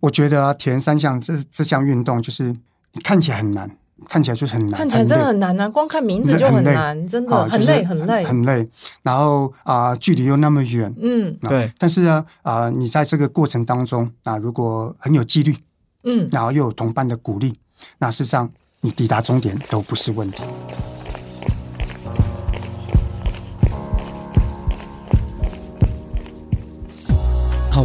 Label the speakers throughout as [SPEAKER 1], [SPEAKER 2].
[SPEAKER 1] 我觉得啊，田三项这这项运动就是看起来很难，看起来就是很难，
[SPEAKER 2] 看起来真的很难啊！光看名字就
[SPEAKER 1] 很累
[SPEAKER 2] 难，真的、
[SPEAKER 1] 啊，
[SPEAKER 2] 很
[SPEAKER 1] 就是
[SPEAKER 2] 累，很累。
[SPEAKER 1] 很累。然后啊、距离又那么远，
[SPEAKER 2] 嗯
[SPEAKER 1] 啊
[SPEAKER 3] 对
[SPEAKER 1] 但是呢，啊、你在这个过程当中啊，如果很有纪律，
[SPEAKER 2] 嗯，
[SPEAKER 1] 然后又有同伴的鼓励，那事实上你抵达终点都不是问题。
[SPEAKER 3] 跑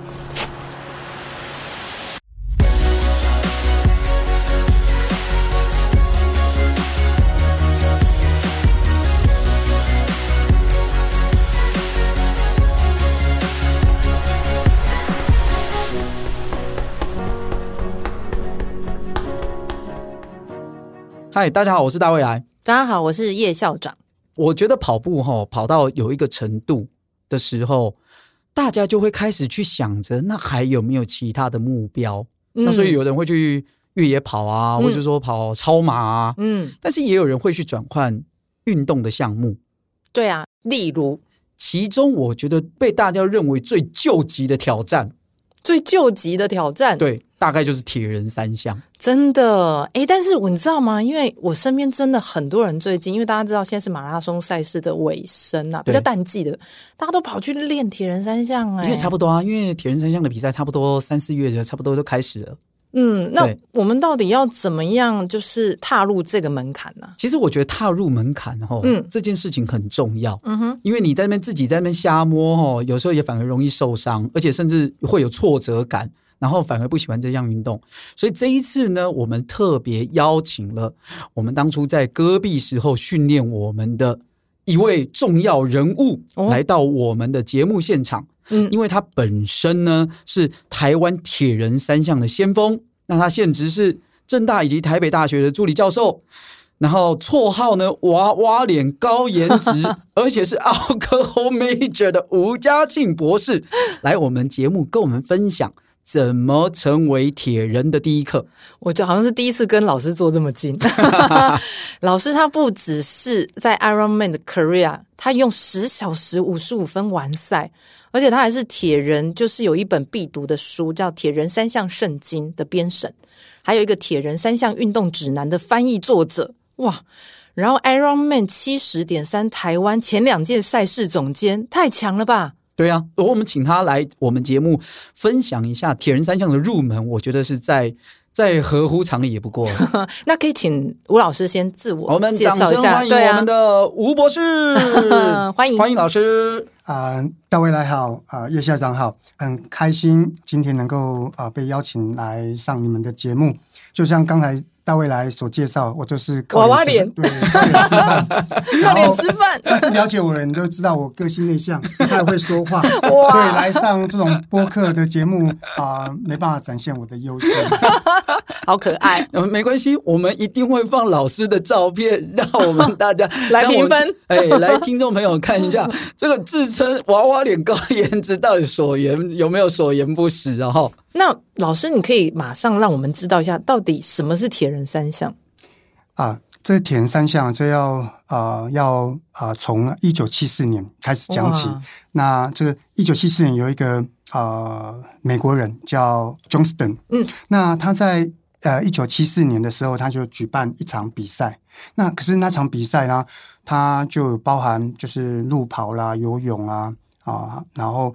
[SPEAKER 3] 嗨，大家好，我是大未来。
[SPEAKER 4] 大家好，我是叶校长。
[SPEAKER 3] 我觉得跑步哈、跑到有一个程度的时候，大家就会开始去想着，那还有没有其他的目标？那所以有人会去越野跑啊，
[SPEAKER 4] 嗯
[SPEAKER 3] 或者说跑超马啊，
[SPEAKER 4] 嗯，
[SPEAKER 3] 但是也有人会去转换运动的项目。
[SPEAKER 4] 对啊，例如
[SPEAKER 3] 其中我觉得被大家认为最救急的挑战，
[SPEAKER 4] 最救急的挑战，
[SPEAKER 3] 对，大概就是铁人三项。
[SPEAKER 4] 真的哎，但是我你知道吗？因为我身边真的很多人最近，因为大家知道现在是马拉松赛事的尾声啊，比
[SPEAKER 3] 对
[SPEAKER 4] 较淡季的，大家都跑去练铁人三项哎，
[SPEAKER 3] 因为差
[SPEAKER 4] 不
[SPEAKER 3] 不多啊，因为铁人三项的比赛差不多三四月就差不多就开始了。
[SPEAKER 4] 嗯，那
[SPEAKER 3] 对
[SPEAKER 4] 我们到底要怎么样，就是踏入这个门槛呢、
[SPEAKER 3] 其实我觉得踏入门槛哈，
[SPEAKER 4] 嗯
[SPEAKER 3] 这件事情很重要，
[SPEAKER 4] 嗯哼，
[SPEAKER 3] 因为你在那边自己在那边瞎摸哈，有时候也反而容易受伤，而且甚至会有挫折感，然后反而不喜欢这项运动。所以这一次呢，我们特别邀请了我们当初在戈壁时候训练我们的一位重要人物
[SPEAKER 4] 哦
[SPEAKER 3] 来到我们的节目现场。
[SPEAKER 4] 嗯
[SPEAKER 3] 因为他本身呢是台湾铁人三项的先锋，那他现职是正大以及台北大学的助理教授，然后绰号呢娃娃脸高颜值，而且是 Alcohol Major 的吴家庆博士来我们节目跟我们分享怎么成为铁人的第一课。
[SPEAKER 4] 我就好像是第一次跟老师坐这么 近。 老师他不只是在 Ironman 的 Korea，他用十小时五十五分完赛，而且他还是铁人，就是有一本必读的书叫《铁人三项圣经》的编审，还有一个《铁人三项运动指南》的翻译作者。哇！然后 Ironman 七十点三台湾前两届赛事总监，太强了吧！
[SPEAKER 3] 对啊，如果我们请他来我们节目分享一下铁人三项的入门，我觉得是在在合乎常理也不过了。
[SPEAKER 4] 那可以请吴老师先自我
[SPEAKER 3] 我们
[SPEAKER 4] 介
[SPEAKER 3] 掌
[SPEAKER 4] 绍一
[SPEAKER 3] 声
[SPEAKER 4] 下，
[SPEAKER 3] 欢迎
[SPEAKER 4] 对，
[SPEAKER 3] 我
[SPEAKER 2] 啊
[SPEAKER 3] 们的吴博士
[SPEAKER 4] 欢迎
[SPEAKER 3] 欢迎老师。
[SPEAKER 1] 啊、大卫来好，啊、叶校长好，很开心今天能够啊、被邀请来上你们的节目。就像刚才大卫来所介绍，我就是靠
[SPEAKER 2] 娃娃
[SPEAKER 1] 吃对，靠脸吃饭，
[SPEAKER 2] 靠脸吃饭，
[SPEAKER 1] 但是了解我的人都知道我个性内向，不太会说话，所以来上这种播客的节目啊、没办法展现我的优势。
[SPEAKER 4] 好可爱。
[SPEAKER 3] 呃，没关系，我们一定会放老师的照片，让我们 大家
[SPEAKER 2] 来
[SPEAKER 3] 让我
[SPEAKER 2] 评分。
[SPEAKER 3] 哎，来听众朋友看一下， 这个自称娃娃脸高颜值到底所言有没有所言不实啊？哈，
[SPEAKER 4] 那老师，你可以马上让我们知道一下，到底什么是铁人三项？
[SPEAKER 1] 啊，这铁人三项，这要啊、要啊、从一九七四年开始讲起
[SPEAKER 4] 哇。
[SPEAKER 1] 那这个一九七四年有一个呃美国人叫 Johnston，
[SPEAKER 4] 嗯，
[SPEAKER 1] 那他在呃一九七四年的时候，他就举办一场比赛。那可是那场比赛呢，它就包含就是路跑啦、游泳啊。啊，然后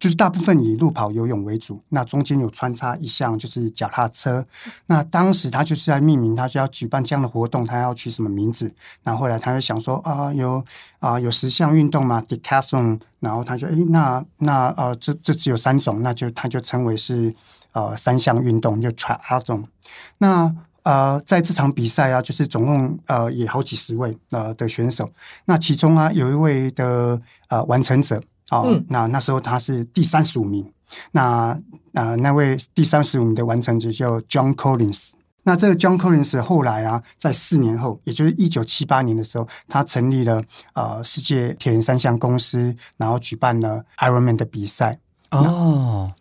[SPEAKER 1] 就是大部分以路跑、游泳为主，那中间有穿插一项就是脚踏车，那当时他就是在命名，他就要举办这样的活动，他要取什么名字？然后后来他就想说啊，有啊有十项运动嘛，decathlon，然后他就诶，那那呃这这只有三种，那就他就称为是呃三项运动，就 triathlon。那呃，在这场比赛啊，就是总共呃也好几十位呃的选手，那其中啊有一位的呃完成者啊，
[SPEAKER 4] 嗯
[SPEAKER 1] 那那时候他是第三十五名，那呃那位第三十五名的完成者叫 John Collins。那这个 John Collins 后来啊，在四年后，也就是一九七八年的时候，他成立了呃世界铁人三项公司，然后举办了 Ironman 的比赛。
[SPEAKER 3] 哦，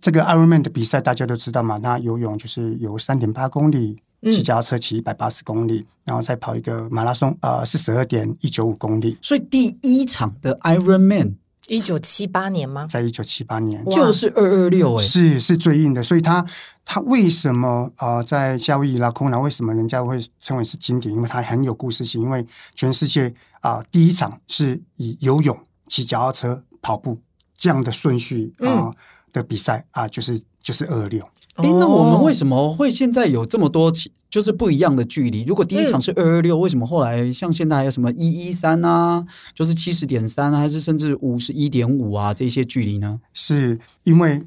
[SPEAKER 1] 这个 Ironman 的比赛大家都知道嘛，那游泳就是游三点八公里，骑脚踏车骑一百八十公里，然后再跑一个马拉松，呃，是十二点一九五公里，
[SPEAKER 3] 所以第一场的 Iron Man
[SPEAKER 5] 一九七八年吗？
[SPEAKER 1] 在一九七八年
[SPEAKER 5] 哇
[SPEAKER 3] 就是二二六哎，
[SPEAKER 1] 是是最硬的，所以它它为什么呃在夏威夷拉空难为什么人家会称为是经典？因为它很有故事性，因为全世界啊、呃第一场是以游泳、骑脚踏车、跑步这样的顺序
[SPEAKER 4] 嗯
[SPEAKER 1] 啊、呃的比赛啊、就是就是二六。
[SPEAKER 3] 诶，那我
[SPEAKER 1] 哦
[SPEAKER 3] 们为
[SPEAKER 5] 么？
[SPEAKER 3] 什么会现在有这么多其就是不一样的距离？如果第一
[SPEAKER 1] 嗯
[SPEAKER 3] 场是二二六，为什么后来像现在还有什么一一三啊，就是七十点三啊，还是甚至五十一点五啊这些距离呢？
[SPEAKER 1] 是因为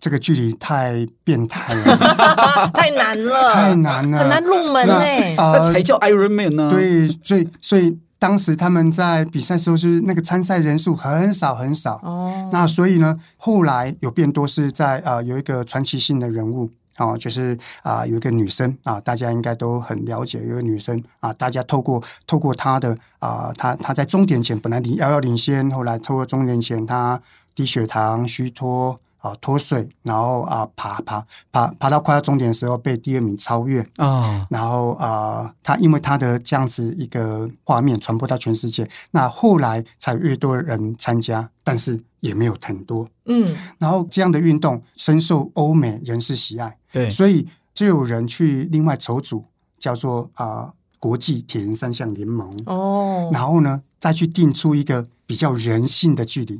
[SPEAKER 1] 这个距离太变态 了，
[SPEAKER 4] 哦 太难了，
[SPEAKER 1] 太难了，
[SPEAKER 4] 很难欸入门
[SPEAKER 1] 那
[SPEAKER 4] 呢。
[SPEAKER 1] 呃
[SPEAKER 3] 那才啊叫 Iron Man 呢、
[SPEAKER 1] 对，所以所以当时他们在比赛时候，就是那个参赛人数很少很少。
[SPEAKER 5] 哦，
[SPEAKER 1] 那所以呢，后来有变多是在呃有一个传奇性的人物。啊、就是啊、有一个女生啊、大家应该都很了解。有一个女生啊、大家透过透过她的啊、她她在终点前本来领遥遥领先，后来透过终点前她低血糖、虚脱啊、脱水，然后啊、爬爬爬爬到快要终点的时候被第二名超越，
[SPEAKER 3] 啊，
[SPEAKER 1] 然后啊、呃他因为他的这样子一个画面传播到全世界，那后来才有越多人参加，但是也没有很多。
[SPEAKER 4] 嗯，
[SPEAKER 1] 然后这样的运动深受欧美人士喜爱，
[SPEAKER 3] 对，
[SPEAKER 1] 所以就有人去另外筹组，叫做啊、呃国际铁人三项联盟。
[SPEAKER 4] 哦，
[SPEAKER 1] 然后呢，再去定出一个比较人性的距离，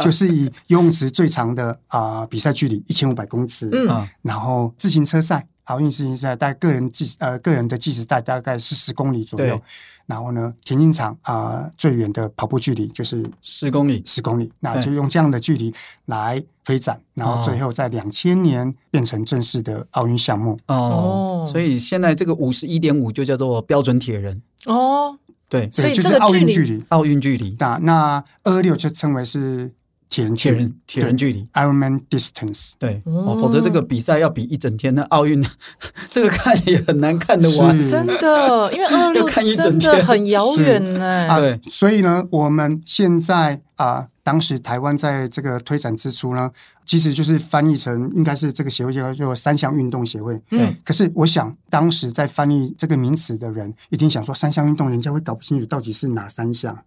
[SPEAKER 1] 就是以游泳池最长的啊、比赛距离一千五百公尺，
[SPEAKER 4] 嗯
[SPEAKER 3] 啊
[SPEAKER 1] 然后自行车赛，奥运自行车赛，大概个人计呃个人的计时赛大概是十公里左右
[SPEAKER 3] 对。
[SPEAKER 1] 然后呢，田径场啊、最远的跑步距离就是
[SPEAKER 3] 十公里
[SPEAKER 1] 十公里，那
[SPEAKER 3] 对
[SPEAKER 1] 就用这样的距离来推展，然后最后在两千年变成正式的奥运项目。
[SPEAKER 3] 哦
[SPEAKER 4] 哦
[SPEAKER 3] 所以现在这个五十一点五就叫做标准铁人，
[SPEAKER 4] 哦，
[SPEAKER 3] 对，
[SPEAKER 4] 所以
[SPEAKER 1] 对，就
[SPEAKER 4] 这
[SPEAKER 1] 是
[SPEAKER 4] 个
[SPEAKER 1] 奥运
[SPEAKER 4] 距
[SPEAKER 1] 距
[SPEAKER 4] 离
[SPEAKER 1] 离。
[SPEAKER 3] 奥运距离，
[SPEAKER 1] 那那二六就称为是铁人距
[SPEAKER 3] 铁
[SPEAKER 1] 离
[SPEAKER 3] 人铁人距离。
[SPEAKER 1] Ironman distance
[SPEAKER 3] 对，
[SPEAKER 4] 嗯
[SPEAKER 3] 哦，否则这个比赛要比一整天，那奥运 这个看也很难看得完。
[SPEAKER 1] 是
[SPEAKER 4] 真的，因为二
[SPEAKER 3] 要
[SPEAKER 4] 六
[SPEAKER 3] 看一
[SPEAKER 4] 真
[SPEAKER 3] 整
[SPEAKER 4] 的
[SPEAKER 3] 天
[SPEAKER 4] 很遥远欸呢。
[SPEAKER 1] 啊
[SPEAKER 3] 对，
[SPEAKER 1] 所以呢，我们现在啊、当时台湾在这个推展之初呢，其实就是翻译成应该是这个协会叫做三项运动协会。
[SPEAKER 3] 对，
[SPEAKER 1] 可是我想，当时在翻译这个名词的人，一定想说三项运动，人家会搞不清楚到底是哪三项。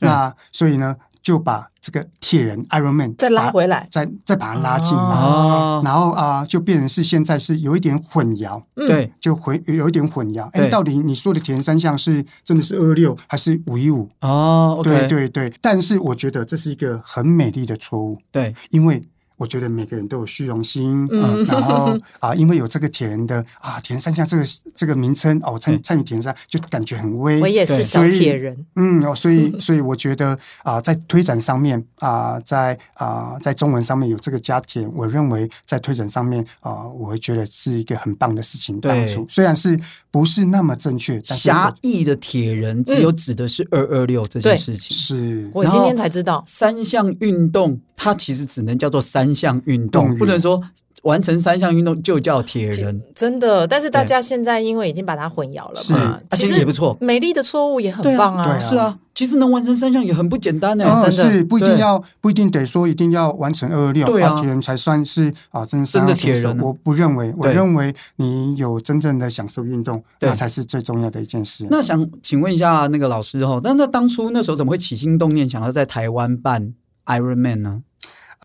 [SPEAKER 1] 那所以呢，就把这个铁人 Iron Man
[SPEAKER 4] 再拉回
[SPEAKER 3] 啊
[SPEAKER 4] 来，
[SPEAKER 1] 再再把它拉进来，
[SPEAKER 3] 哦，
[SPEAKER 1] 然后啊、就变成是现在是有一点混淆。
[SPEAKER 4] 嗯
[SPEAKER 3] 对，
[SPEAKER 1] 就混有一点混淆。哎，
[SPEAKER 3] 对
[SPEAKER 1] 到底你说的田三项是真的是二六还是五一五？
[SPEAKER 3] 哦，OK，
[SPEAKER 1] 对对对，但是我觉得这是一个很美丽的错误，
[SPEAKER 3] 对
[SPEAKER 1] 因为我觉得每个人都有虚荣心，
[SPEAKER 4] 嗯
[SPEAKER 1] 然 后啊，因为有这个铁人的啊，铁人三项这个这个名称哦，我参
[SPEAKER 3] 对
[SPEAKER 1] 参与铁人三项就感觉很威，
[SPEAKER 5] 我也是
[SPEAKER 3] 对
[SPEAKER 5] 小
[SPEAKER 1] 所以
[SPEAKER 5] 铁人，
[SPEAKER 1] 嗯，哦，所 以所以我觉得啊、在推展上面啊、在啊、在中文上面有这个加点，我认为在推展上面啊、我会觉得是一个很棒的事情。
[SPEAKER 3] 对
[SPEAKER 1] 当初虽然是不是那么正确，但是
[SPEAKER 3] 狭
[SPEAKER 1] 我
[SPEAKER 3] 义的铁人只有指的是二二六这件事情。
[SPEAKER 1] 是
[SPEAKER 5] 我今天才知道。
[SPEAKER 3] 三项运动，它其实只能叫做三项运
[SPEAKER 1] 动
[SPEAKER 3] 动，
[SPEAKER 1] 员
[SPEAKER 3] 不能说完成三项运动就叫铁人。
[SPEAKER 4] 真的，但是大家现在因为已经把它混淆了嘛，
[SPEAKER 3] 是啊其实也不错
[SPEAKER 4] 美丽的错误也嗯很棒
[SPEAKER 1] 对
[SPEAKER 4] 啊，
[SPEAKER 1] 啊
[SPEAKER 3] 是啊，其实能完成三项也很不简单呢、
[SPEAKER 1] 哦，
[SPEAKER 3] 真的
[SPEAKER 1] 是不一定
[SPEAKER 3] 对
[SPEAKER 1] 要不一定得说一定要完成二六
[SPEAKER 3] 对啊
[SPEAKER 1] 铁人才算是啊真
[SPEAKER 3] 真的铁人啊
[SPEAKER 1] 我不认为，我
[SPEAKER 3] 对
[SPEAKER 1] 认为你有真正的享受运动，
[SPEAKER 3] 对
[SPEAKER 1] 那才是最重要的一件事。
[SPEAKER 3] 那想请问一下那个老师哦，那那当初那时候怎么会起心动念想要在台湾办 Iron Man 呢？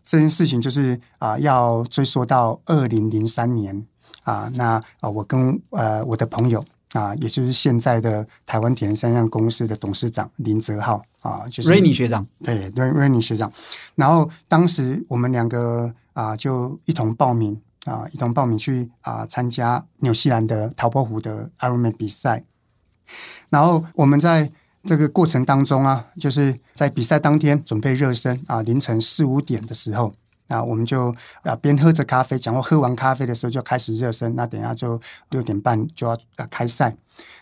[SPEAKER 1] 这件事情就是啊、要追溯到二零零三年啊、那啊、我跟呃我的朋友啊、也就是现在的台湾铁人三项公司的董事长林泽浩啊、就是
[SPEAKER 3] Rainy 学长，
[SPEAKER 1] 对 Rain Rainy 学长，然后当时我们两个啊、就一同报名啊、一同报名去啊、参加纽西兰的陶波湖的 Ironman 比赛，然后我们在这个过程当中啊，就是在比赛当天准备热身啊，凌晨四五点的时候。那我们就啊边喝着咖啡，讲后喝完咖啡的时候就开始热身。那等一下就六点半就要呃开赛。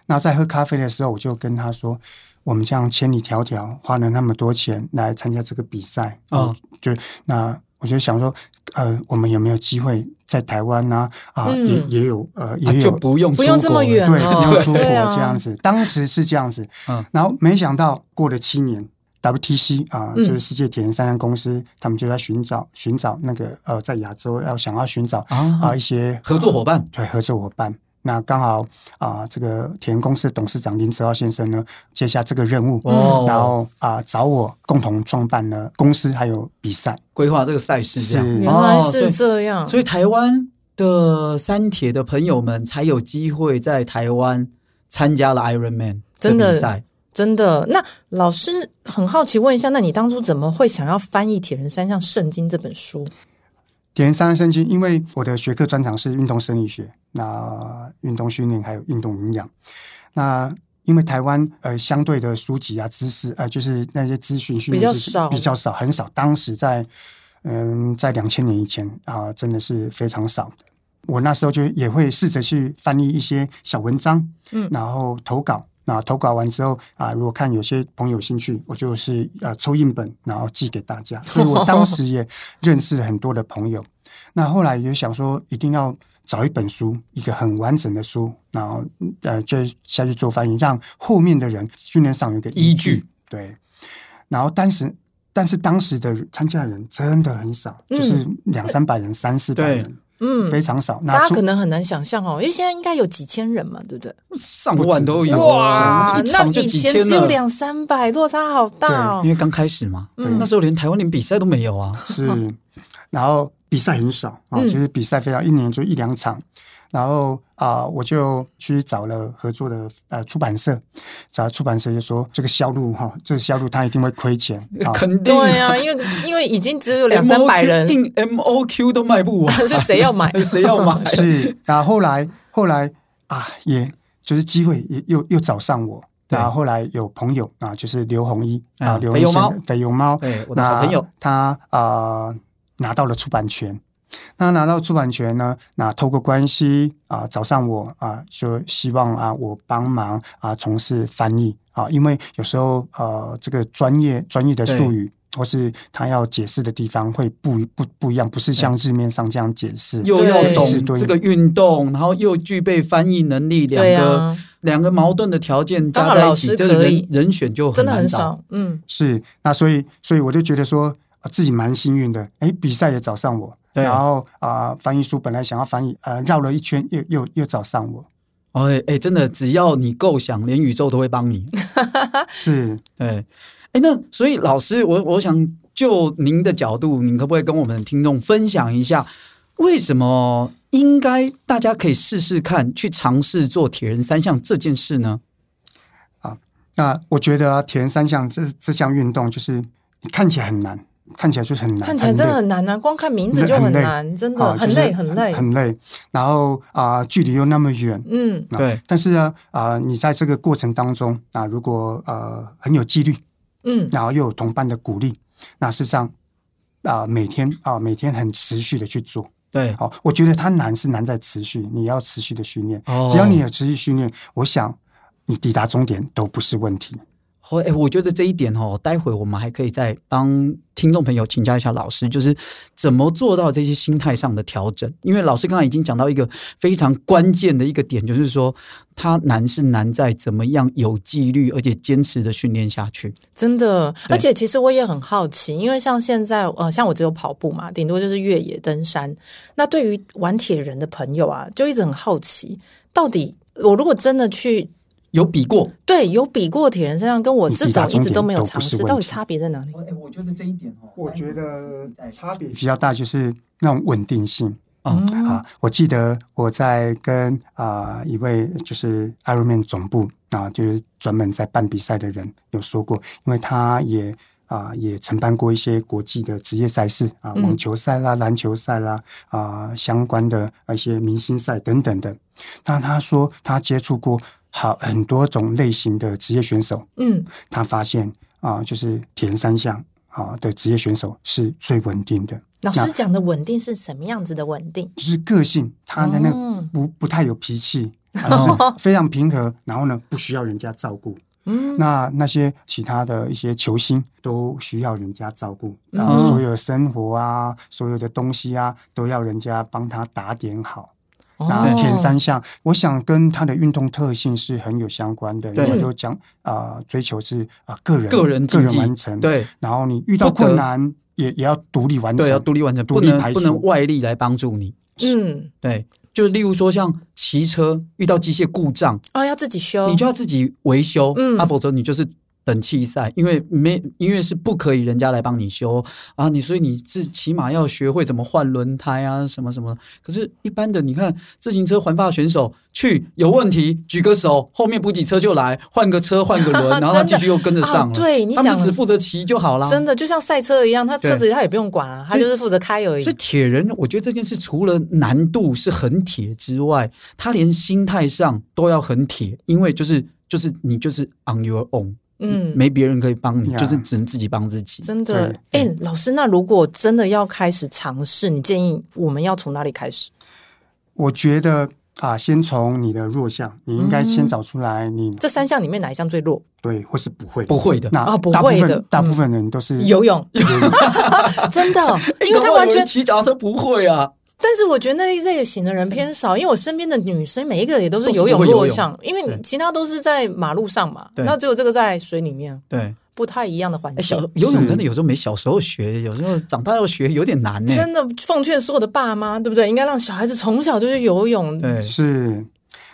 [SPEAKER 1] 那在喝咖啡的时候，我就跟他说：“我们这样千里迢迢花了那么多钱来参加这个比赛啊、
[SPEAKER 3] 哦
[SPEAKER 1] 就那我就想说，呃，我们有没有机会在台湾呢、啊？
[SPEAKER 4] 嗯
[SPEAKER 1] 也也有呃
[SPEAKER 3] 啊
[SPEAKER 1] 也
[SPEAKER 3] 就
[SPEAKER 1] 有、
[SPEAKER 3] 不用
[SPEAKER 5] 不用
[SPEAKER 3] 出
[SPEAKER 5] 这
[SPEAKER 3] 国
[SPEAKER 5] 么
[SPEAKER 3] 了
[SPEAKER 5] 远
[SPEAKER 1] 对，
[SPEAKER 5] 哦
[SPEAKER 1] 要出国
[SPEAKER 4] 对啊
[SPEAKER 1] 这样子，当时是这样子，
[SPEAKER 3] 嗯
[SPEAKER 1] 然后没想到过了七年，WTC 啊、
[SPEAKER 4] 嗯
[SPEAKER 1] 就是世界铁人三项公司，他们就在寻找寻找那个呃，在亚洲要想要寻找啊、
[SPEAKER 4] 嗯
[SPEAKER 3] 啊，
[SPEAKER 1] 一些
[SPEAKER 3] 合作伙伴
[SPEAKER 1] 对合作伙伴。那刚好啊、这个铁人公司的董事长林哲浩先生呢接下这个任务，
[SPEAKER 3] 哦
[SPEAKER 1] 嗯然后啊、找我共同创办了公司还有比赛。
[SPEAKER 3] 规划这个赛事这样。
[SPEAKER 1] 是
[SPEAKER 5] 原来
[SPEAKER 3] 哦所以
[SPEAKER 5] 是这样，
[SPEAKER 3] 所以台湾的三铁的朋友们才有机会在台湾参加了 Iron Man
[SPEAKER 5] 真的
[SPEAKER 3] 比赛。
[SPEAKER 5] 真的。那老师很好奇问一下，那你当初怎么会想要翻译《铁人三项圣经》这本书？
[SPEAKER 1] 铁人三项圣经，因为我的学科专长是运动生理学，那运动训练还有运动营养。那因为台湾呃相对的书籍啊、知识呃，就是那些资讯训练
[SPEAKER 5] 比较
[SPEAKER 1] 资讯
[SPEAKER 5] 少
[SPEAKER 1] 比较少，很少。当时在嗯，在两千年以前啊、真的是非常少的。我那时候就也会试着去翻译一些小文章，
[SPEAKER 5] 嗯
[SPEAKER 1] 然后投稿。那投稿完之后啊、如果看有些朋友有兴趣，我就是呃抽印本，然后寄给大家。所以我当时也认识了很多的朋友。那后来也想说，一定要找一本书，一个很完整的书，然后呃，就下去做翻译，让后面的人训练上有一个
[SPEAKER 3] 依
[SPEAKER 1] 依
[SPEAKER 3] 据。
[SPEAKER 1] 对，然后当时，但是当时的参加的人真的很少，
[SPEAKER 5] 嗯
[SPEAKER 1] 就是两三百人、三四百
[SPEAKER 3] 对
[SPEAKER 1] 人，
[SPEAKER 5] 嗯，
[SPEAKER 1] 非常少。
[SPEAKER 5] 大
[SPEAKER 1] 那
[SPEAKER 5] 家
[SPEAKER 1] 出
[SPEAKER 5] 可能很难想象哦，因为现在应该有几千人嘛，对不对？
[SPEAKER 3] 上万都有，
[SPEAKER 1] 哇
[SPEAKER 3] 啊一
[SPEAKER 5] 那
[SPEAKER 3] 场就
[SPEAKER 5] 以
[SPEAKER 3] 几
[SPEAKER 5] 前
[SPEAKER 3] 千
[SPEAKER 5] 只有
[SPEAKER 3] 了。
[SPEAKER 5] 两三百，落差好大
[SPEAKER 3] 因
[SPEAKER 5] 哦。
[SPEAKER 3] 为刚开始嘛，
[SPEAKER 1] 嗯
[SPEAKER 3] 那时候连台湾连比赛都没有啊。
[SPEAKER 1] 是，然后比赛很少啊，
[SPEAKER 5] 嗯
[SPEAKER 1] 就是比赛非常一年就一两场。然后啊、我就去找了合作的呃出版社，找出版社就说这个销路哈、这个销路他一定会亏钱 啊，
[SPEAKER 3] 肯定
[SPEAKER 5] 对啊，因为因为已经只有两三百人，
[SPEAKER 3] 哎硬 M O Q 都卖 不完，
[SPEAKER 5] 可是谁要 买？
[SPEAKER 3] 谁要 买？
[SPEAKER 1] 是，然后后来后来啊，也就是机会也又又找上我，
[SPEAKER 3] 对
[SPEAKER 1] 然后后来有朋友啊，就是刘红一
[SPEAKER 3] 啊
[SPEAKER 1] 啊，刘
[SPEAKER 3] 肥
[SPEAKER 1] 红
[SPEAKER 3] 油
[SPEAKER 1] 先
[SPEAKER 3] 猫
[SPEAKER 1] 生肥油猫，
[SPEAKER 3] 对，哎我的
[SPEAKER 1] 那
[SPEAKER 3] 好朋友，
[SPEAKER 1] 他啊、呃拿到了出版权。那拿到出版权呢？那透过关系啊、找上我啊、就希望啊我帮忙啊、从事翻译啊、因为有时候呃这个专业专业的术语或是他要解释的地方会不一不不一样，不是像字面上这样解释。
[SPEAKER 3] 又要
[SPEAKER 5] 对
[SPEAKER 1] 是
[SPEAKER 3] 懂
[SPEAKER 1] 对
[SPEAKER 3] 这个运动，然后又具备翻译能力，两
[SPEAKER 5] 对
[SPEAKER 3] 个、
[SPEAKER 5] 啊，
[SPEAKER 3] 两个矛盾的条件
[SPEAKER 5] 刚
[SPEAKER 3] 加
[SPEAKER 5] 好
[SPEAKER 3] 在一
[SPEAKER 5] 老
[SPEAKER 3] 起，
[SPEAKER 5] 师
[SPEAKER 3] 这个
[SPEAKER 5] 可
[SPEAKER 3] 人
[SPEAKER 5] 以
[SPEAKER 3] 人选就
[SPEAKER 5] 真的
[SPEAKER 3] 难
[SPEAKER 5] 很
[SPEAKER 3] 找。
[SPEAKER 5] 少。嗯，
[SPEAKER 1] 是，那所以所以我就觉得说，呃、自己蛮幸运的，哎，比赛也找上我，
[SPEAKER 3] 对
[SPEAKER 1] 然后啊、翻译书本来想要翻译，呃，绕了一圈又又又找上我，
[SPEAKER 3] 哦，哎、哎真的，只要你够想，连宇宙都会 帮你。
[SPEAKER 1] 是
[SPEAKER 3] 对，哎、那所以老师，我我想就您的角度，您可不可以跟我们的听众分享一下，为什么应该大家可以试试看，去尝试做铁人三项这件事呢？
[SPEAKER 1] 那我觉得、啊、铁人三项这这项运动就是看起来很难，看起来就是很难，
[SPEAKER 5] 看起来真的
[SPEAKER 1] 累
[SPEAKER 5] 很难啊，光看名字就
[SPEAKER 1] 很累
[SPEAKER 5] 难，真的
[SPEAKER 1] 啊
[SPEAKER 5] 很
[SPEAKER 1] 就是
[SPEAKER 5] 累很累。
[SPEAKER 1] 很累，然后啊、距离又那么远，
[SPEAKER 5] 嗯，
[SPEAKER 1] 啊
[SPEAKER 3] 对，
[SPEAKER 1] 但是呢，啊、你在这个过程当中啊，如果呃很有纪律，
[SPEAKER 5] 嗯，
[SPEAKER 1] 然后又有同伴的鼓励，那事实上啊、每天啊、每天很持续的去做。
[SPEAKER 3] 对，
[SPEAKER 1] 好、我觉得它难是难在持续，你要持续的训练。
[SPEAKER 3] 哦
[SPEAKER 1] 只要你有持续训练，我想你抵达终点都不是问题。
[SPEAKER 3] 哦，哎，我觉得这一点哦，待会我们还可以再帮听众朋友请教一下老师，就是怎么做到这些心态上的调整。因为老师刚才已经讲到一个非常关键的一个点，就是说它难是难在怎么样有纪律而且坚持的训练下去。
[SPEAKER 5] 真的。
[SPEAKER 3] 嗯对
[SPEAKER 5] 而且其实我也很好奇，因为像现在呃，像我只有跑步嘛，顶多就是越野登山。那对于玩铁人的朋友啊，就一直很好奇，到底我如果真的去
[SPEAKER 3] 有比过，
[SPEAKER 5] 对有比过铁人三项，跟我
[SPEAKER 1] 你
[SPEAKER 5] 这
[SPEAKER 1] 抵达
[SPEAKER 5] 种一直
[SPEAKER 1] 终
[SPEAKER 5] 都没有
[SPEAKER 1] 点都
[SPEAKER 5] 尝
[SPEAKER 1] 不是
[SPEAKER 5] 试，
[SPEAKER 1] 问
[SPEAKER 5] 到底
[SPEAKER 1] 题
[SPEAKER 5] 差别在哪里？
[SPEAKER 3] 哎，我觉得这一点哦，
[SPEAKER 1] 我觉得差别比较大，就是那种稳定性。
[SPEAKER 3] 嗯
[SPEAKER 1] 啊，我记得我在跟啊、一位就是 Ironman 总部啊，就是专门在办比赛的人有说过，因为他也啊、也承办过一些国际的职业赛事啊，
[SPEAKER 5] 嗯
[SPEAKER 1] 网球赛啦、篮球赛啦啊、相关的一些明星赛等等的。那他说他接触过好很多种类型的职业选手，
[SPEAKER 5] 嗯，
[SPEAKER 1] 他发现啊、就是铁人三项啊、的职业选手是最稳定的。
[SPEAKER 5] 老师讲的稳定是什么样子的稳定？
[SPEAKER 1] 就是个性，他的那
[SPEAKER 3] 哦
[SPEAKER 1] 个
[SPEAKER 5] 嗯
[SPEAKER 1] 不不太有脾气， 然后是非常平和，然后呢不需要人家照顾。
[SPEAKER 5] 嗯，
[SPEAKER 1] 那那些其他的一些球星都需要人家照顾，然
[SPEAKER 3] 嗯
[SPEAKER 1] 后所有的生活啊，所有的东西啊，都要人家帮他打点好。那
[SPEAKER 5] 哦
[SPEAKER 1] 田三项，我想跟他的运动特性是很有相关的，因
[SPEAKER 3] 对
[SPEAKER 1] 为都讲啊、呃追求是啊、呃个人
[SPEAKER 3] 个人
[SPEAKER 1] 个
[SPEAKER 3] 竞
[SPEAKER 1] 人
[SPEAKER 3] 技
[SPEAKER 1] 完成，，
[SPEAKER 3] 对
[SPEAKER 1] 然后你遇到
[SPEAKER 3] 不得
[SPEAKER 1] 困难也也要独立完成，
[SPEAKER 3] 对，要独立完成，
[SPEAKER 1] 独
[SPEAKER 3] 不
[SPEAKER 1] 立
[SPEAKER 3] 能
[SPEAKER 1] 排
[SPEAKER 3] 不
[SPEAKER 1] 除
[SPEAKER 3] 能外力来帮助你。
[SPEAKER 5] 嗯，
[SPEAKER 3] 对，就是例如说像骑车遇到机械故障，
[SPEAKER 4] 哦，要自己修，
[SPEAKER 3] 你就要自己维修，
[SPEAKER 4] 嗯
[SPEAKER 3] 啊，否则你就是等弃赛，因为没因为是不可以人家来帮你修啊，你所以你自起码要学会怎么换轮胎啊，什么什么的。可是，一般的你看自行车环法选手去有问题，举个手，后面补给车就来，换个车换 个轮，然后他
[SPEAKER 4] 真的
[SPEAKER 3] 继续又跟着上了。
[SPEAKER 4] 啊
[SPEAKER 5] 哦
[SPEAKER 4] 对你
[SPEAKER 3] 他们
[SPEAKER 4] 讲
[SPEAKER 3] 就只负责骑就好啦。
[SPEAKER 4] 真的就像赛车一样，他车子
[SPEAKER 3] 对
[SPEAKER 4] 他也不用管啊，他
[SPEAKER 3] 所以
[SPEAKER 4] 就是负责开而已
[SPEAKER 3] 所以。铁人，我觉得这件事除了难度是很铁之外，他连心态上都要很铁，因为就是就是你就是 on your own，
[SPEAKER 4] 嗯，
[SPEAKER 3] 没别人可以帮你，
[SPEAKER 1] Yeah
[SPEAKER 3] 就是只能自己帮自己。
[SPEAKER 4] 真的。
[SPEAKER 1] 对
[SPEAKER 4] 哎、老师，那如果真的要开始尝试，你建议我们要从哪里开始？
[SPEAKER 1] 我觉得啊，先从你的弱项，你应该先找出来你
[SPEAKER 4] 这三项里面哪一项最弱？
[SPEAKER 1] 对或是不会。
[SPEAKER 3] 不会的，
[SPEAKER 1] 那
[SPEAKER 4] 啊不
[SPEAKER 1] 大部
[SPEAKER 4] 会的
[SPEAKER 1] 分大部
[SPEAKER 4] 嗯
[SPEAKER 1] 分人都是
[SPEAKER 4] 游泳，真 的，
[SPEAKER 3] 哎
[SPEAKER 4] 因为他完
[SPEAKER 3] 搞不好有人
[SPEAKER 4] 全。
[SPEAKER 3] 骑脚踏车不会啊。
[SPEAKER 4] 但是我觉得那一类型的人偏少，因为我身边的女生每一个也都是
[SPEAKER 3] 都是
[SPEAKER 4] 游
[SPEAKER 3] 不
[SPEAKER 4] 泳
[SPEAKER 3] 会游
[SPEAKER 4] 弱
[SPEAKER 3] 泳
[SPEAKER 4] 项，因为
[SPEAKER 3] 对
[SPEAKER 4] 你其他都是在马路上嘛，
[SPEAKER 3] 对
[SPEAKER 4] 那只有这个在水里面，
[SPEAKER 3] 对，
[SPEAKER 4] 不太一样的环
[SPEAKER 3] 哎，小
[SPEAKER 4] 境。
[SPEAKER 3] 游泳
[SPEAKER 1] 是
[SPEAKER 3] 真的有时候没小时候学，有时候长大要学有点难呢。
[SPEAKER 4] 真的奉劝所有的爸妈，对不对？应该让小孩子从小就去游泳。
[SPEAKER 3] 对，
[SPEAKER 1] 是，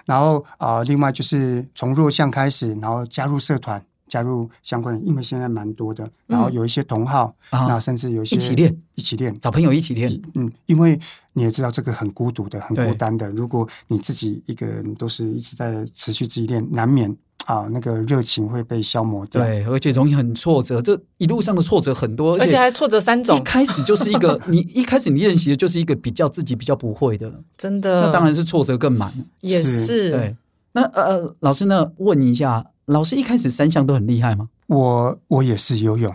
[SPEAKER 1] 然后啊、呃另外就是从弱项开始，然后加入社团，加入相关的，因为现在蛮多的，然后有一些同好，
[SPEAKER 3] 啊
[SPEAKER 1] 那甚至有一些
[SPEAKER 3] 一起练，
[SPEAKER 1] 一起练。
[SPEAKER 3] 找朋友一起练，
[SPEAKER 1] 嗯，因为你也知道这个很孤独的、很
[SPEAKER 3] 对
[SPEAKER 1] 孤单的。如果你自己一个人都是一直在持续自己练，难免啊、那个热情会被消磨掉。
[SPEAKER 3] 对，而且容易很挫折，这一路上的挫折很多，
[SPEAKER 4] 而且还挫折三
[SPEAKER 3] 一
[SPEAKER 4] 种，
[SPEAKER 3] 开始就是一 个你一开始你练习的就是一个比较自己比较不会的，
[SPEAKER 4] 真的。
[SPEAKER 3] 那当然是挫折更满。
[SPEAKER 4] 也
[SPEAKER 1] 是
[SPEAKER 4] 嗯是，
[SPEAKER 3] 对，那呃呃，老师呢？问一下，老师一开始三项都很厉害吗？
[SPEAKER 1] 我我也是游泳，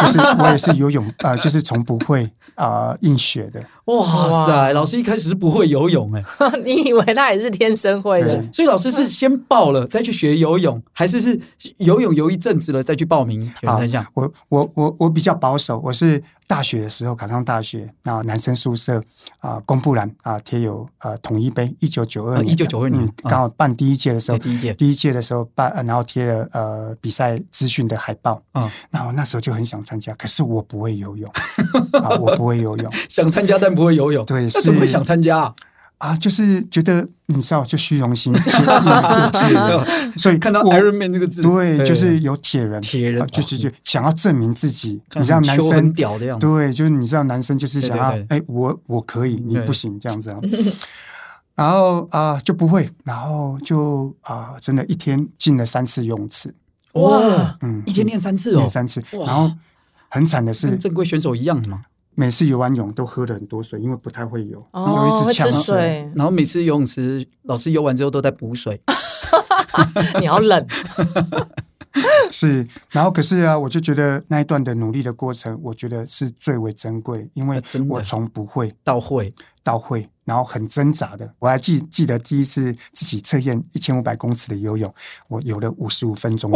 [SPEAKER 1] 就是我也是游泳，呃，就是从不会啊、呃硬学的。
[SPEAKER 3] 哇塞，老师一开始是不会游泳哎、
[SPEAKER 4] 你以为他也是天生会的
[SPEAKER 1] 对？
[SPEAKER 3] 所以老师是先报了再去学游泳，还是是游泳游一阵子了再去报名铁人三项？
[SPEAKER 1] 啊我我我我比较保守，我是大学的时候考上大学，那男生宿舍啊、公布栏啊、贴有呃统一杯，一九九二年的，
[SPEAKER 3] 1992年
[SPEAKER 1] 嗯刚好办第一届的时候，
[SPEAKER 3] 哎对第一届
[SPEAKER 1] 第一届的时候办，呃然后贴了呃比赛资讯的海报，
[SPEAKER 3] 嗯，
[SPEAKER 1] 那我那时候就很想参加，可是我不会 游泳啊，我不会游泳
[SPEAKER 3] 想参加但不会游泳，
[SPEAKER 1] 对
[SPEAKER 3] 那怎么会
[SPEAKER 1] 是
[SPEAKER 3] 想参加、啊？
[SPEAKER 1] 啊，就是觉得你知道，就虚荣心， 虚荣 心所以
[SPEAKER 3] 啊哦看到
[SPEAKER 1] 我
[SPEAKER 3] Iron Man 这个字，
[SPEAKER 1] 对，就是有铁人，
[SPEAKER 3] 铁人
[SPEAKER 1] 啊就
[SPEAKER 3] 哦
[SPEAKER 1] 是就想要证明自己，
[SPEAKER 3] 看
[SPEAKER 1] 你知道
[SPEAKER 3] 很
[SPEAKER 1] 男
[SPEAKER 3] 秋很
[SPEAKER 1] 生
[SPEAKER 3] 屌的样子，
[SPEAKER 1] 对，就是你知道，男生就是想要
[SPEAKER 3] 对，
[SPEAKER 1] 哎、我我可以，你
[SPEAKER 3] 对
[SPEAKER 1] 不行这样子 啊。然后啊、就不会，然后就啊、真的一天进了三次游泳池，
[SPEAKER 3] 哇，
[SPEAKER 1] 嗯，
[SPEAKER 3] 一天练三次哦
[SPEAKER 1] 练，三次，
[SPEAKER 3] 哇
[SPEAKER 1] 然后很惨的是
[SPEAKER 3] 跟，正规选手一样嘛。
[SPEAKER 1] 每次游完泳都喝了很多水，因为不太会游，有
[SPEAKER 4] 哦，
[SPEAKER 1] 一
[SPEAKER 4] 会
[SPEAKER 1] 次
[SPEAKER 4] 吃
[SPEAKER 1] 呛
[SPEAKER 4] 水，
[SPEAKER 3] 然后每次游泳池老师游完之后都在补水，
[SPEAKER 4] 你要冷，
[SPEAKER 1] 是，然后可是啊，我就觉得那一段的努力的过程，我觉得是最为珍贵，因为
[SPEAKER 3] 啊真的
[SPEAKER 1] 我从不会
[SPEAKER 3] 到会
[SPEAKER 1] 到会，然后很挣扎的。我还记记得第一次自己测验一千五百公尺的游泳，我游了五十五分
[SPEAKER 3] 哦
[SPEAKER 1] 钟